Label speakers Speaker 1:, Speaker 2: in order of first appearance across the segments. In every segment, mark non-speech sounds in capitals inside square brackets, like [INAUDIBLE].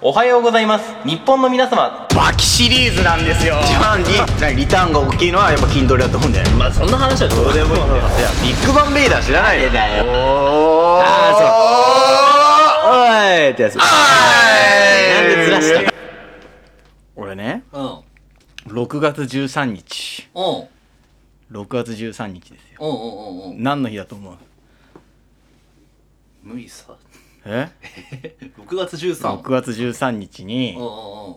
Speaker 1: おはようございます日本の皆様
Speaker 2: バキシリーズなんですよ
Speaker 3: 一番リリターンが大きいのはやっぱ筋トレだと思うんだよね
Speaker 2: まあそんな話はどうでもいいんだよ
Speaker 3: いやビッグバンベイダー知らないよ
Speaker 2: だよ
Speaker 3: おーあーそうおーいってやつ
Speaker 2: なんでずらした
Speaker 3: 俺ね
Speaker 2: うんうん
Speaker 3: 6月13日
Speaker 2: うん
Speaker 3: 6月13日ですよ
Speaker 2: うんうんうん
Speaker 3: 何の日だと思う
Speaker 2: 無理さ
Speaker 3: え
Speaker 2: 6月13
Speaker 3: 6月13日に
Speaker 2: うんうんうん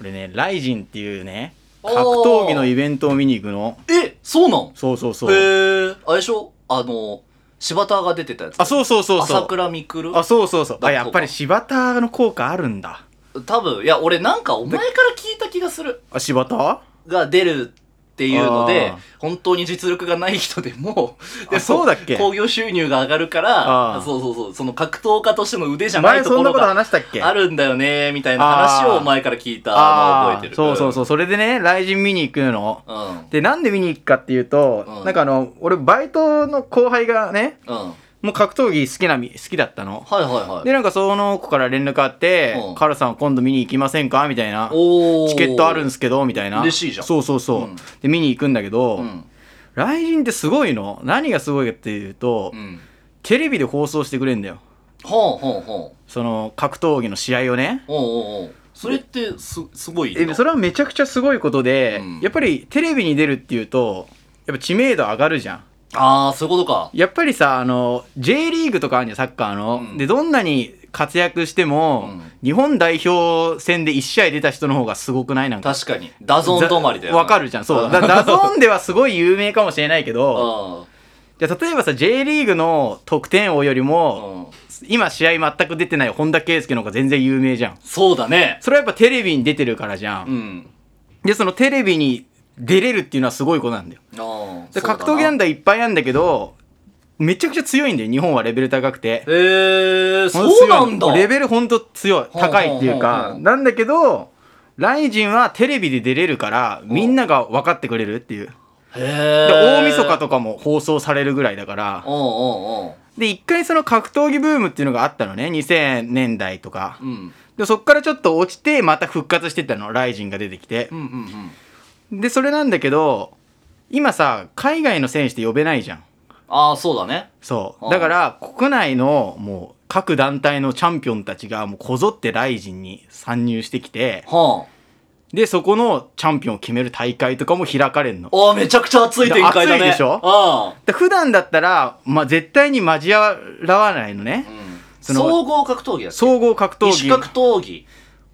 Speaker 3: 俺ねライジンっていうね
Speaker 2: お
Speaker 3: 格
Speaker 2: ー
Speaker 3: 闘技のイベントを見に行くの
Speaker 2: えそうなん
Speaker 3: そうそうそう、
Speaker 2: へえあれでしょあの柴田が出てたやつ
Speaker 3: あそうそうそうそ
Speaker 2: 朝
Speaker 3: う
Speaker 2: 倉未来
Speaker 3: あそうそうそう
Speaker 2: だ
Speaker 3: あやっぱり柴田の効果あるんだ
Speaker 2: 多分いや俺なんかお前から聞いた気がする
Speaker 3: あ柴田
Speaker 2: が出るっていうので
Speaker 3: あー
Speaker 2: 本当に実力がない人でも
Speaker 3: あ
Speaker 2: でも
Speaker 3: そうだっけ
Speaker 2: 興行収入が上がるか
Speaker 3: あ
Speaker 2: ら
Speaker 3: ー
Speaker 2: そうそうそうその格闘家としての腕じゃない
Speaker 3: 前
Speaker 2: と
Speaker 3: そ
Speaker 2: こ
Speaker 3: んな
Speaker 2: ろ
Speaker 3: こと
Speaker 2: が
Speaker 3: 話したっけ
Speaker 2: あるんだよねみたいな話
Speaker 3: あー
Speaker 2: を前から聞いたのを
Speaker 3: あ
Speaker 2: 覚えてる
Speaker 3: そうそうそううそれでね雷神見に行くの
Speaker 2: うん
Speaker 3: でなんで見に行くかっていうと、
Speaker 2: うん
Speaker 3: なんかあの俺バイトの後輩がね
Speaker 2: うんはい
Speaker 3: もう格闘技好きなみ好きだったの
Speaker 2: はいはい
Speaker 3: でなんかその子から連絡あって
Speaker 2: うん
Speaker 3: 「カルさん今度見に行きませんか?」みたいな
Speaker 2: お
Speaker 3: 「
Speaker 2: お
Speaker 3: チケットあるんすけど」みたいな
Speaker 2: 嬉しいじゃん
Speaker 3: そうそうそう、
Speaker 2: うん
Speaker 3: で見に行くんだけど、
Speaker 2: うん
Speaker 3: 雷神ってすごいの何がすごいかっていうと、
Speaker 2: うん
Speaker 3: テレビで放送してくれんだよ
Speaker 2: ほうほうほう
Speaker 3: その格闘技の試合をね
Speaker 2: おうおうおうそれってすすごい
Speaker 3: えそ
Speaker 2: れ
Speaker 3: れはめちゃくちゃすごいことで、
Speaker 2: うん
Speaker 3: やっぱりテレビに出るっていうとやっぱ知名度上がるじゃん
Speaker 2: ああそういうことか
Speaker 3: やっぱりさあの J リーグとかあるじゃんサッカーの、
Speaker 2: うん
Speaker 3: でどんなに活躍しても、
Speaker 2: うん
Speaker 3: 日本代表戦で1試合出た人の方がすごくないなんか
Speaker 2: 確かにダゾーン止まりだよ
Speaker 3: ざ
Speaker 2: な
Speaker 3: わかるじゃんそううだダゾーンではすごい有名かもしれないけ
Speaker 2: う
Speaker 3: ど
Speaker 2: ん
Speaker 3: じゃあ例えばさ J リーグの得点王よりも、
Speaker 2: うん
Speaker 3: 今試合全く出てない本田圭佑の方が全然有名じゃん
Speaker 2: そうだね
Speaker 3: それはやっぱテレビに出てるからじゃん、
Speaker 2: うん
Speaker 3: でそのテレビに出れるっていうのはすごいことなんだよ
Speaker 2: ああ
Speaker 3: で格闘技なん
Speaker 2: だ
Speaker 3: だいっぱいあるんだけどめちゃくちゃ強いんだよ日本はレベル高くて
Speaker 2: へえそうなんだ
Speaker 3: レベルほんと強い
Speaker 2: ほうほう
Speaker 3: 高いっていう
Speaker 2: ほう
Speaker 3: か
Speaker 2: ほう
Speaker 3: なんだけどライジンはテレビで出れるからみんなが分かってくれるっていうで
Speaker 2: へえ
Speaker 3: 大晦日とかも放送されるぐらいだから
Speaker 2: うんうんうん
Speaker 3: で一回その格闘技ブームっていうのがあったのね2000年代とか
Speaker 2: うん
Speaker 3: でそっからちょっと落ちてまた復活してったのライジンが出てきて
Speaker 2: うんうんうん
Speaker 3: でそれなんだけど今さ海外の選手って呼べないじゃん
Speaker 2: ああそうだね
Speaker 3: そ
Speaker 2: あ
Speaker 3: う
Speaker 2: あ
Speaker 3: だから国内のもう各団体のチャンピオンたちがもうこぞってライジンに参入してきて
Speaker 2: は
Speaker 3: でそこのチャンピオンを決める大会とかも開かれんの
Speaker 2: あああめちゃくちゃ熱い展開だね
Speaker 3: 熱いでしょ
Speaker 2: あ
Speaker 3: で普段だったら、まあ、絶対に交わらないのね
Speaker 2: あ、うん
Speaker 3: その
Speaker 2: 総合格闘技だっけ
Speaker 3: 総合格闘
Speaker 2: 異種格
Speaker 3: 技
Speaker 2: 闘技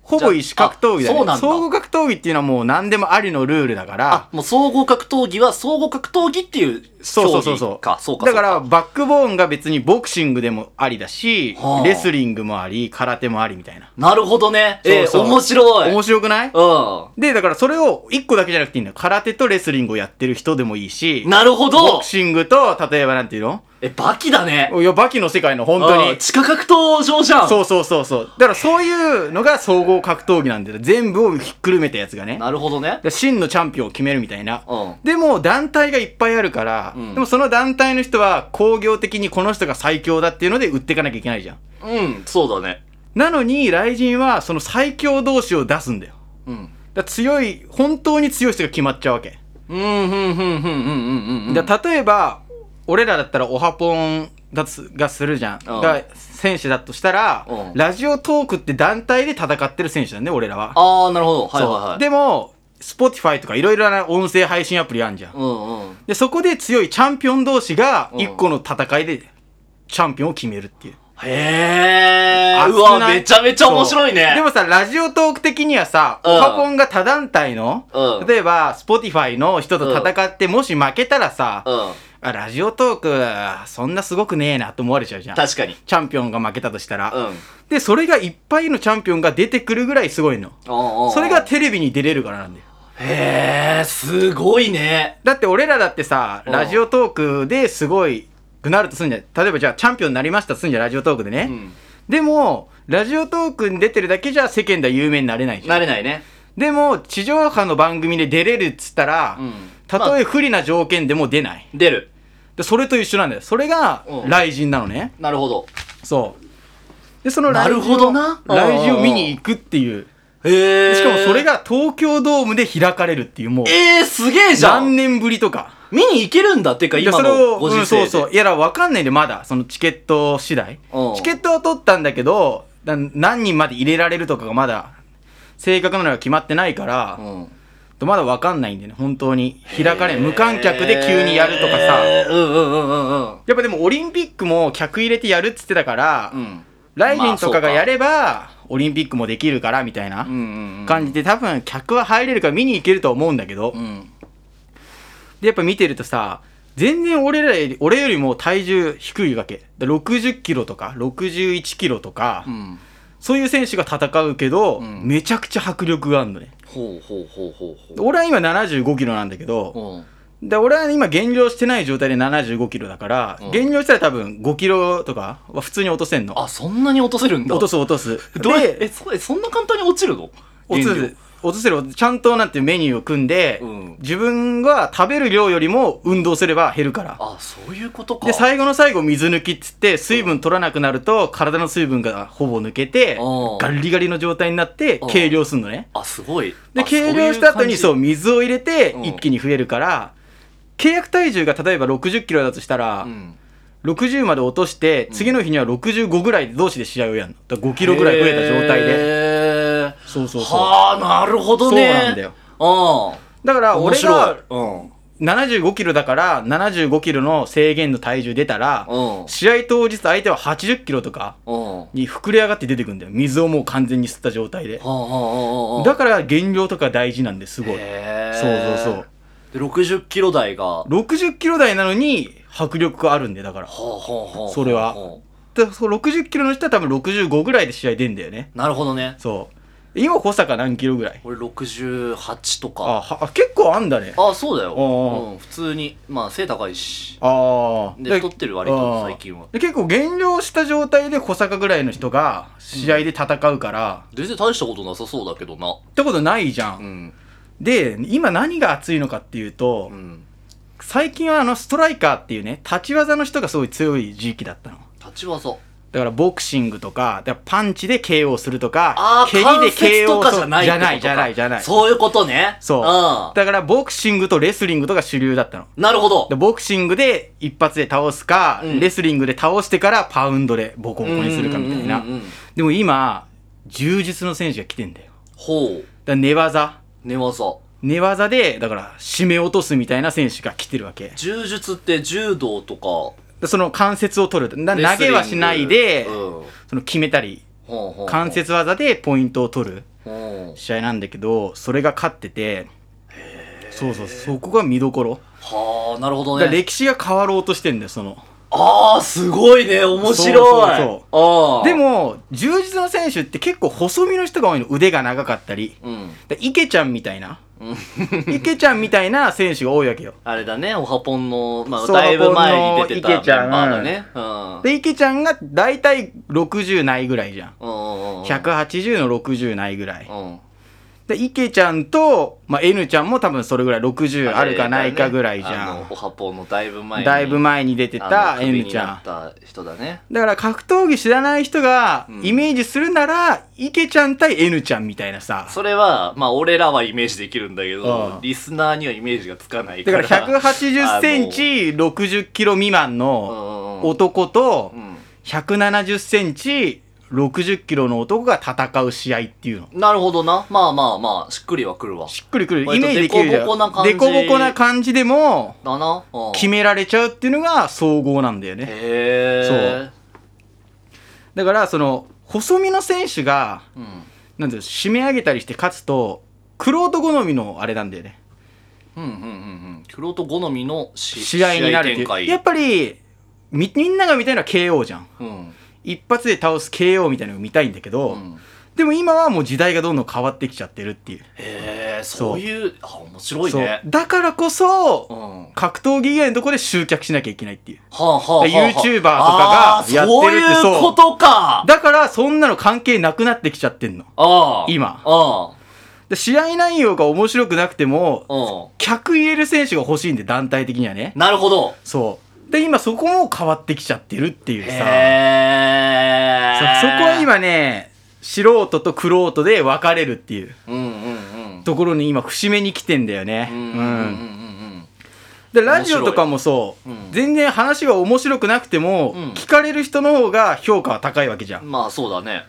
Speaker 3: ほぼ一格闘技だ,、
Speaker 2: あそうなんだ
Speaker 3: 総合格闘技っていうのはもう何でもありのルールだから
Speaker 2: あもう総合格闘技は総合格闘技っていう競技か
Speaker 3: そうそうそうそう
Speaker 2: そうか
Speaker 3: だからバックボーンが別にボクシングでもありだし、
Speaker 2: はあ
Speaker 3: レスリングもあり空手もありみたいな
Speaker 2: なるほどねえー
Speaker 3: そうそう
Speaker 2: 面白い
Speaker 3: 面白くない
Speaker 2: 白
Speaker 3: で、だからそれを1個だけじゃなくていいんだよ。空手とレスリングをやってる人でもいいし
Speaker 2: うん、なるほ
Speaker 3: ボ
Speaker 2: ど
Speaker 3: クシングと、例えばなんていうの
Speaker 2: えバキだね
Speaker 3: いや、バキの世界の本当
Speaker 2: うん
Speaker 3: に。
Speaker 2: 地下格闘場じゃん
Speaker 3: そうそうそうそう。だからそういうのが総合格闘技なんだよ。全部をひっくるめたやつがね。
Speaker 2: なるほどね
Speaker 3: で真のチャンピオンを決めるみたいな。
Speaker 2: うん
Speaker 3: でも団体がいっぱいあるから、
Speaker 2: うん
Speaker 3: でもその団体の人は工業的にこの人が最強だっていうので売っていかなきゃいけないじゃん。
Speaker 2: うんそうだね
Speaker 3: なのに、雷神はその最強同士を出すんだよ。
Speaker 2: うん
Speaker 3: だから強い、本当に強い人が決まっちゃうわけ。
Speaker 2: うんうんうんうんうんうんうん
Speaker 3: で例えば俺らだったらオハポンだつがするじゃん、
Speaker 2: うん
Speaker 3: が選手だとしたら、
Speaker 2: うん
Speaker 3: ラジオトークって団体で戦ってる選手だね俺らは
Speaker 2: ああなるほどはい
Speaker 3: そう
Speaker 2: はいはい
Speaker 3: でも Spotify とかいろいろな音声配信アプリあんじゃん、
Speaker 2: うんうん
Speaker 3: でそこで強いチャンピオン同士が
Speaker 2: うん
Speaker 3: 一個の戦いでチャンピオンを決めるっていう、
Speaker 2: へえ
Speaker 3: 熱く
Speaker 2: う
Speaker 3: ない
Speaker 2: わめちゃめちゃ面白いね
Speaker 3: そうでもさラジオトーク的にはさ、
Speaker 2: うん
Speaker 3: オハポンが他団体の、
Speaker 2: うん
Speaker 3: 例えば Spotify の人と戦って、もし負けたらさ、
Speaker 2: うん
Speaker 3: あラジオトークそんなすごくねえなと思われちゃうじゃんチ
Speaker 2: 確かに
Speaker 3: ャンピオンが負けたとしたら、
Speaker 2: うん
Speaker 3: でそれがいっぱいのチャンピオンが出てくるぐらいすごいの
Speaker 2: うんうん
Speaker 3: それがテレビに出れるからなんだよ
Speaker 2: へえすごいね
Speaker 3: だって俺らだってさ
Speaker 2: うん
Speaker 3: ラジオトークですごいくなるとすんじゃん例えばじゃあチャンピオンになりましたとすんじゃんラジオトークでね、
Speaker 2: うん
Speaker 3: でもラジオトークに出てるだけじゃ世間では有名になれないじゃ
Speaker 2: なんれないね
Speaker 3: でも地上波の番組で出れるっつったら、
Speaker 2: うん
Speaker 3: たとえ不利な条件でも出ない
Speaker 2: 出る
Speaker 3: でそれと一緒なんだよそれが
Speaker 2: うん
Speaker 3: 雷神なのね、
Speaker 2: なるほど
Speaker 3: そう。でそのライジ
Speaker 2: なるほど
Speaker 3: オ
Speaker 2: な
Speaker 3: ライジオ見に行くっていう
Speaker 2: へえ。
Speaker 3: しかもそれ。が東京ドームで開かれるっていうもう
Speaker 2: えー、すげえじゃ
Speaker 3: 何
Speaker 2: ん
Speaker 3: 年ぶりとか
Speaker 2: 見に行けるんだっていうか、
Speaker 3: いや
Speaker 2: 今
Speaker 3: それ
Speaker 2: の
Speaker 3: を、
Speaker 2: ご
Speaker 3: う
Speaker 2: 時
Speaker 3: ん、
Speaker 2: 世
Speaker 3: そ
Speaker 2: で。
Speaker 3: うそういやだからわかんないでまだそのチケット次第
Speaker 2: うん
Speaker 3: チケットを取ったんだけどだ何人まで入れられるとかがまだ正確なのが決まってないから、
Speaker 2: うん。
Speaker 3: まだわかんないんでね本当に開かれ無観客で急にやるとかさ、
Speaker 2: えーうんうんうんうんうん。
Speaker 3: やっぱでもオリンピックも客入れてやるっつってたから、
Speaker 2: うん。
Speaker 3: ライジンとかが
Speaker 2: まあ
Speaker 3: やれば、オリンピックもできるからみたいな
Speaker 2: うんうんうん。
Speaker 3: 感じで多分客は入れるから見に行けると思うんだけど、
Speaker 2: うん。
Speaker 3: でやっぱ見てるとさ全然俺らより俺よりも体重低いわけだ60キロとか61キロとか、
Speaker 2: うん。
Speaker 3: そういう選手が戦うけど、
Speaker 2: ん
Speaker 3: めちゃくちゃ迫力があるのね
Speaker 2: ほうほうほうほう
Speaker 3: で俺は今75キロなんだけど、
Speaker 2: ほう。うん。
Speaker 3: で俺は今減量してない状態で75キロだから、
Speaker 2: うん
Speaker 3: 減量したら多分5キロとかは普通に落とせんの
Speaker 2: あ、そんなに落とせるんだ。
Speaker 3: 落とす落とす
Speaker 2: [LAUGHS] どうやえ
Speaker 3: で
Speaker 2: そ、えそんな簡単に落ちるの
Speaker 3: 落とす落とせるちゃんとなんてメニューを組んで、
Speaker 2: うん
Speaker 3: 自分が食べる量よりも運動すれば減るから
Speaker 2: あ、そういうことか。
Speaker 3: で最後の最後水抜きっつって水分取らなくなると体の水分がほぼ抜けて
Speaker 2: うん
Speaker 3: ガリガリの状態になって
Speaker 2: うん
Speaker 3: 計量すんのね
Speaker 2: あ、すごい。
Speaker 3: で
Speaker 2: あ
Speaker 3: 計量した後にそう
Speaker 2: ういう感
Speaker 3: 水を入れて
Speaker 2: うん
Speaker 3: 一気に増えるから契約体重が例えば60キロだとしたら
Speaker 2: じ。うん。
Speaker 3: 60まで落として次の日には65ぐらい同士で試合をやるのだから5キロぐらい増えた状態で
Speaker 2: で。
Speaker 3: そうそうそう
Speaker 2: はあ、なるほどね。
Speaker 3: そうなんだよ。
Speaker 2: うん。
Speaker 3: だから
Speaker 2: 面
Speaker 3: 俺
Speaker 2: 白い
Speaker 3: が。
Speaker 2: うん。
Speaker 3: 75キロだから75キロの制限の体重出たら
Speaker 2: うん
Speaker 3: 試合当日相手は80キロとか
Speaker 2: うん。は
Speaker 3: に膨れ上がって出てくんだよ水をもう完全に吸った状態で
Speaker 2: あはあはあ。
Speaker 3: だから減量とか大事なんですごい
Speaker 2: へ
Speaker 3: そう
Speaker 2: え。
Speaker 3: そうそう
Speaker 2: で、60キロ台が。は
Speaker 3: 60キロ台なのに迫力があるんでだから
Speaker 2: あはあはあ。
Speaker 3: それは
Speaker 2: うん
Speaker 3: でそう60キロの人は多分65ぐらいで試合出んだよね
Speaker 2: なるほどね。
Speaker 3: そう今小坂何キロぐらい
Speaker 2: 俺68と
Speaker 3: あ
Speaker 2: か。
Speaker 3: はあ結構あんだねあ
Speaker 2: あ、そうだよ。
Speaker 3: おうおう
Speaker 2: うん。普通に。まあ、背高いし。
Speaker 3: あー
Speaker 2: で
Speaker 3: で
Speaker 2: 太ってる割と最近
Speaker 3: あ
Speaker 2: は
Speaker 3: ーで結構減量した状態で小坂ぐらいの人が試合で戦うから、
Speaker 2: 全然大したことなさそうだけどな。
Speaker 3: ってことないじゃん、
Speaker 2: うん。
Speaker 3: で今何が熱いのかっていうと、
Speaker 2: うん。
Speaker 3: 最近はあのストライカーっていうね立ち技の人がすごい強い時期だったの
Speaker 2: 立ち技。
Speaker 3: だからボクシングとかだからパンチで KO するとか
Speaker 2: ああ、
Speaker 3: 蹴り
Speaker 2: 関
Speaker 3: で
Speaker 2: 節と
Speaker 3: KO
Speaker 2: か
Speaker 3: す
Speaker 2: じ
Speaker 3: る
Speaker 2: ゃない
Speaker 3: じ
Speaker 2: って
Speaker 3: ゃ
Speaker 2: こと
Speaker 3: ない
Speaker 2: か
Speaker 3: じゃないじゃない
Speaker 2: そういうことね。
Speaker 3: そう
Speaker 2: う
Speaker 3: だからボクシングとレスリングとか主流だったの
Speaker 2: ん。なるほど
Speaker 3: で。ボクシングで一発で倒すか、
Speaker 2: うん
Speaker 3: レスリングで倒してからパウンドでボコボコにするかみたいな
Speaker 2: うんうんうんうん
Speaker 3: でも今柔術の選手が来てんだよだか
Speaker 2: ほう。
Speaker 3: ら寝技
Speaker 2: 寝技。
Speaker 3: 寝技でだから締め落とすみたいな選手が来てるわけ
Speaker 2: 柔術って柔道とか。
Speaker 3: でその関節を取るな
Speaker 2: レスリン
Speaker 3: 投
Speaker 2: グ
Speaker 3: げはしないで、
Speaker 2: うん
Speaker 3: その決めたり
Speaker 2: ほうほう
Speaker 3: 関。節技でポイントを取る
Speaker 2: ほう
Speaker 3: 試合なんだけどそれが勝っててそうそうそこが見どころ、
Speaker 2: はあ、なるほど
Speaker 3: だから
Speaker 2: ね。
Speaker 3: 歴史が変わろうとしてんだよその
Speaker 2: ああ、すごいね。面白い。
Speaker 3: そうそう
Speaker 2: ああ。
Speaker 3: で、も充実の選手って結構細身の人が多いの腕が長かったり
Speaker 2: うん。
Speaker 3: だから池ちゃんみたいな池ちゃんみたいな選手が多いわけよ
Speaker 2: あれだね、オハポンの、まあ、
Speaker 3: そう
Speaker 2: だいぶ前に出てた
Speaker 3: オハポンの
Speaker 2: メ
Speaker 3: 池ちゃん
Speaker 2: ンバーだね。うん。
Speaker 3: で池ちゃんが大体60ないぐらいじゃん
Speaker 2: うんうんうん。
Speaker 3: 180の60ないぐらい
Speaker 2: うん。
Speaker 3: で、池ちゃんと、まあ、N ちゃんも多分それぐらい、60あるかないかぐらいじ
Speaker 2: あ
Speaker 3: ゃ
Speaker 2: のオハポンのだいぶ前
Speaker 3: ん。
Speaker 2: に
Speaker 3: だいぶ前に出て
Speaker 2: あ
Speaker 3: た
Speaker 2: の
Speaker 3: N
Speaker 2: クビに
Speaker 3: ちゃん
Speaker 2: なっ。た人だね
Speaker 3: だから格闘技知らない人が
Speaker 2: ん
Speaker 3: イメージするなら、池ちゃん対 N ちゃんみたいなさ。
Speaker 2: それはまあ俺らはイメージできるんだけど、
Speaker 3: うん
Speaker 2: リスナーにはイメージがつかないか
Speaker 3: だからら180センチ、60キロ未満
Speaker 2: あ
Speaker 3: の
Speaker 2: のうん
Speaker 3: 男と
Speaker 2: う、ん
Speaker 3: 170センチ、60キロの男が戦う試合っていうの。
Speaker 2: なるほどなまあまあまあしっくりはくるわ
Speaker 3: しっくりくる。イ
Speaker 2: 割と
Speaker 3: メージできるじゃん。
Speaker 2: 凸凹な感じ
Speaker 3: 凸凹な感じでも、
Speaker 2: だな、うん、
Speaker 3: 決められちゃうっていうのが総合なんだよね。
Speaker 2: へえ
Speaker 3: だからその細身の選手が
Speaker 2: そう、うん
Speaker 3: なんていうの締め上げたりして勝つと玄人好みのあれなんだよね
Speaker 2: うんうんうんうんクロ好みのし
Speaker 3: 試合になるってい
Speaker 2: 試合展
Speaker 3: う
Speaker 2: 開
Speaker 3: やっぱりみみんなが見たいのは KO じゃん
Speaker 2: うん
Speaker 3: 一発で倒す KO みたいなのが見たいんだけど、
Speaker 2: うん、
Speaker 3: でも今はもう時代がどんどん変わってきちゃってるっていう
Speaker 2: へえ
Speaker 3: そう
Speaker 2: そういうあ面白い
Speaker 3: そう
Speaker 2: ね
Speaker 3: だからこ
Speaker 2: う
Speaker 3: そ
Speaker 2: んは
Speaker 3: 格闘技以外のところで集客しなきゃいけないっていう
Speaker 2: あはあはあはあ
Speaker 3: だから YouTuber とかが
Speaker 2: あー
Speaker 3: やってるって
Speaker 2: そうい
Speaker 3: そ
Speaker 2: う
Speaker 3: う
Speaker 2: ことか
Speaker 3: だからそんなの関係なくなってきちゃってんの
Speaker 2: ああ
Speaker 3: 今
Speaker 2: あ
Speaker 3: で試合内容が面白くなくても
Speaker 2: あうん
Speaker 3: 客入れる選手が欲しいんで団体的にはね
Speaker 2: なるほど。
Speaker 3: そう。で今そこも変わってきちゃってるっていうさそそこ
Speaker 2: へー
Speaker 3: は、今ね素人と玄人で分かれるっていう
Speaker 2: うんうんうん。
Speaker 3: ところに今節目に来てんだよね、
Speaker 2: うんうんうんうん
Speaker 3: でラジオとかもそう、
Speaker 2: 面白いうん
Speaker 3: 全然話が面白くなくても、
Speaker 2: うん
Speaker 3: 聞かれる人の方が評価は高いわけじゃ
Speaker 2: うんん。まあそうだね。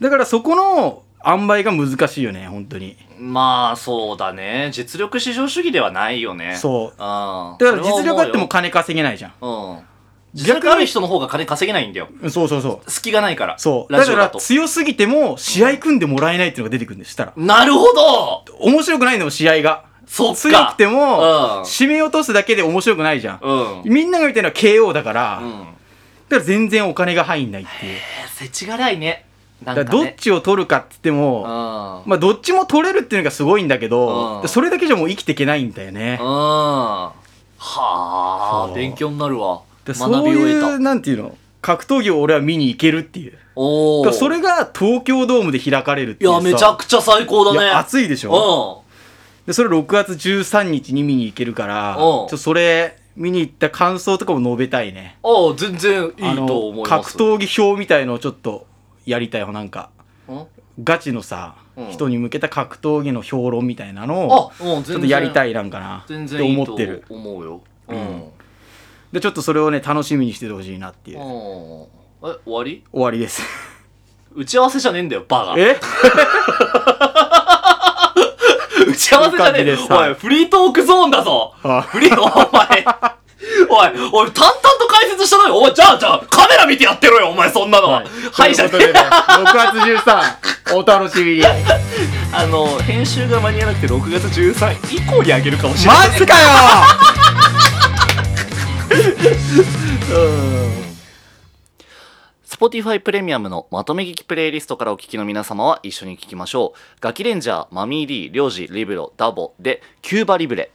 Speaker 3: だからそこの塩梅が難しいよね本当に
Speaker 2: まあそうだね。実力至上主義ではないよね。
Speaker 3: そう
Speaker 2: うん。だか
Speaker 3: だから実力あっても金稼げないじゃん
Speaker 2: うん。実力ある人の方が金稼げないんだよ。
Speaker 3: うんそうそうそう
Speaker 2: 隙がないから。
Speaker 3: そう
Speaker 2: ラ
Speaker 3: だ
Speaker 2: ジ
Speaker 3: か
Speaker 2: オだ
Speaker 3: ら
Speaker 2: と。
Speaker 3: 強すぎても試合組んでもらえないっていうのが出てくるんですしたら
Speaker 2: なるほど
Speaker 3: 面白くないのよ試合が
Speaker 2: そっか
Speaker 3: 強くて
Speaker 2: うん
Speaker 3: も締め落とすだけで面白くないじゃん、
Speaker 2: うん。
Speaker 3: みんなが見てるのは KO だから、
Speaker 2: う
Speaker 3: だか
Speaker 2: ん。
Speaker 3: ら全然お金が入んないっていう
Speaker 2: えー、せちがらいね。な
Speaker 3: だ
Speaker 2: ん
Speaker 3: か
Speaker 2: から
Speaker 3: どっ
Speaker 2: ね。
Speaker 3: ちを取るかって言っても、
Speaker 2: うん。
Speaker 3: まあ、どっちも取れるっていうのがすごいんだけど、
Speaker 2: うん
Speaker 3: それだけじゃもう生きていけないんだよね
Speaker 2: うん。。
Speaker 3: [LAUGHS]
Speaker 2: はあ
Speaker 3: そ、う
Speaker 2: 勉強になるわ。
Speaker 3: で
Speaker 2: 学
Speaker 3: そう
Speaker 2: びを
Speaker 3: い
Speaker 2: 得
Speaker 3: う、
Speaker 2: た。
Speaker 3: なんていうの、格闘技を俺は見に行けるっていう。
Speaker 2: お
Speaker 3: だか
Speaker 2: お
Speaker 3: ら。それが東京ドームで開かれるって
Speaker 2: い
Speaker 3: いうさ。
Speaker 2: や、めちゃくちゃ最高
Speaker 3: いや
Speaker 2: だね。
Speaker 3: 暑いでし
Speaker 2: うん。
Speaker 3: ょで、それ6月13日に見に行けるから、
Speaker 2: うん
Speaker 3: ちょっとそれ、見に行った感想とかも述べたいね。
Speaker 2: ああ、全然いいと思い
Speaker 3: あの
Speaker 2: ま
Speaker 3: 格
Speaker 2: す。
Speaker 3: 闘技表みたいのをちょっとやりたいよ、なんか。
Speaker 2: うん
Speaker 3: ガチのさ、
Speaker 2: うん
Speaker 3: 人に向けた格闘技の評論みたいなの
Speaker 2: あ
Speaker 3: を、、
Speaker 2: うん、全
Speaker 3: ち
Speaker 2: 然。
Speaker 3: ょっとやりた
Speaker 2: い。
Speaker 3: いなんかな、って
Speaker 2: 全然い
Speaker 3: 思
Speaker 2: い
Speaker 3: ってる。
Speaker 2: と思うよ。う
Speaker 3: うん
Speaker 2: ん。。
Speaker 3: でちょっとそれをね楽しみにしててほしいなっていううん終
Speaker 2: え、終わり
Speaker 3: わりです
Speaker 2: 打ち合わせじゃねえんだよ、バカ。
Speaker 3: え
Speaker 2: 打ち合わせじゃねえ
Speaker 3: いい感じですは
Speaker 2: お
Speaker 3: い
Speaker 2: い、フリートークゾーンだぞ
Speaker 3: あ
Speaker 2: フリー、お前。おい、おい、淡々と解説したのよ。お前、じゃあ、じゃあ、カメラ見てやってろよ、お前、そんなのは。はい、じ
Speaker 3: という
Speaker 2: ゃね [LAUGHS]
Speaker 3: ことでね6月13お楽しみにマ
Speaker 2: あの、編集が間に合わなくて6月13以降にあげるかもしれない。
Speaker 3: ジかよ
Speaker 2: Spotify プレミアムのまとめ聞きプレイリストからお聞きの皆様は一緒に聞きましょう。ガキレンジャー、マミー D、リョウジ、リブロ、ダボで、キューバリブレ。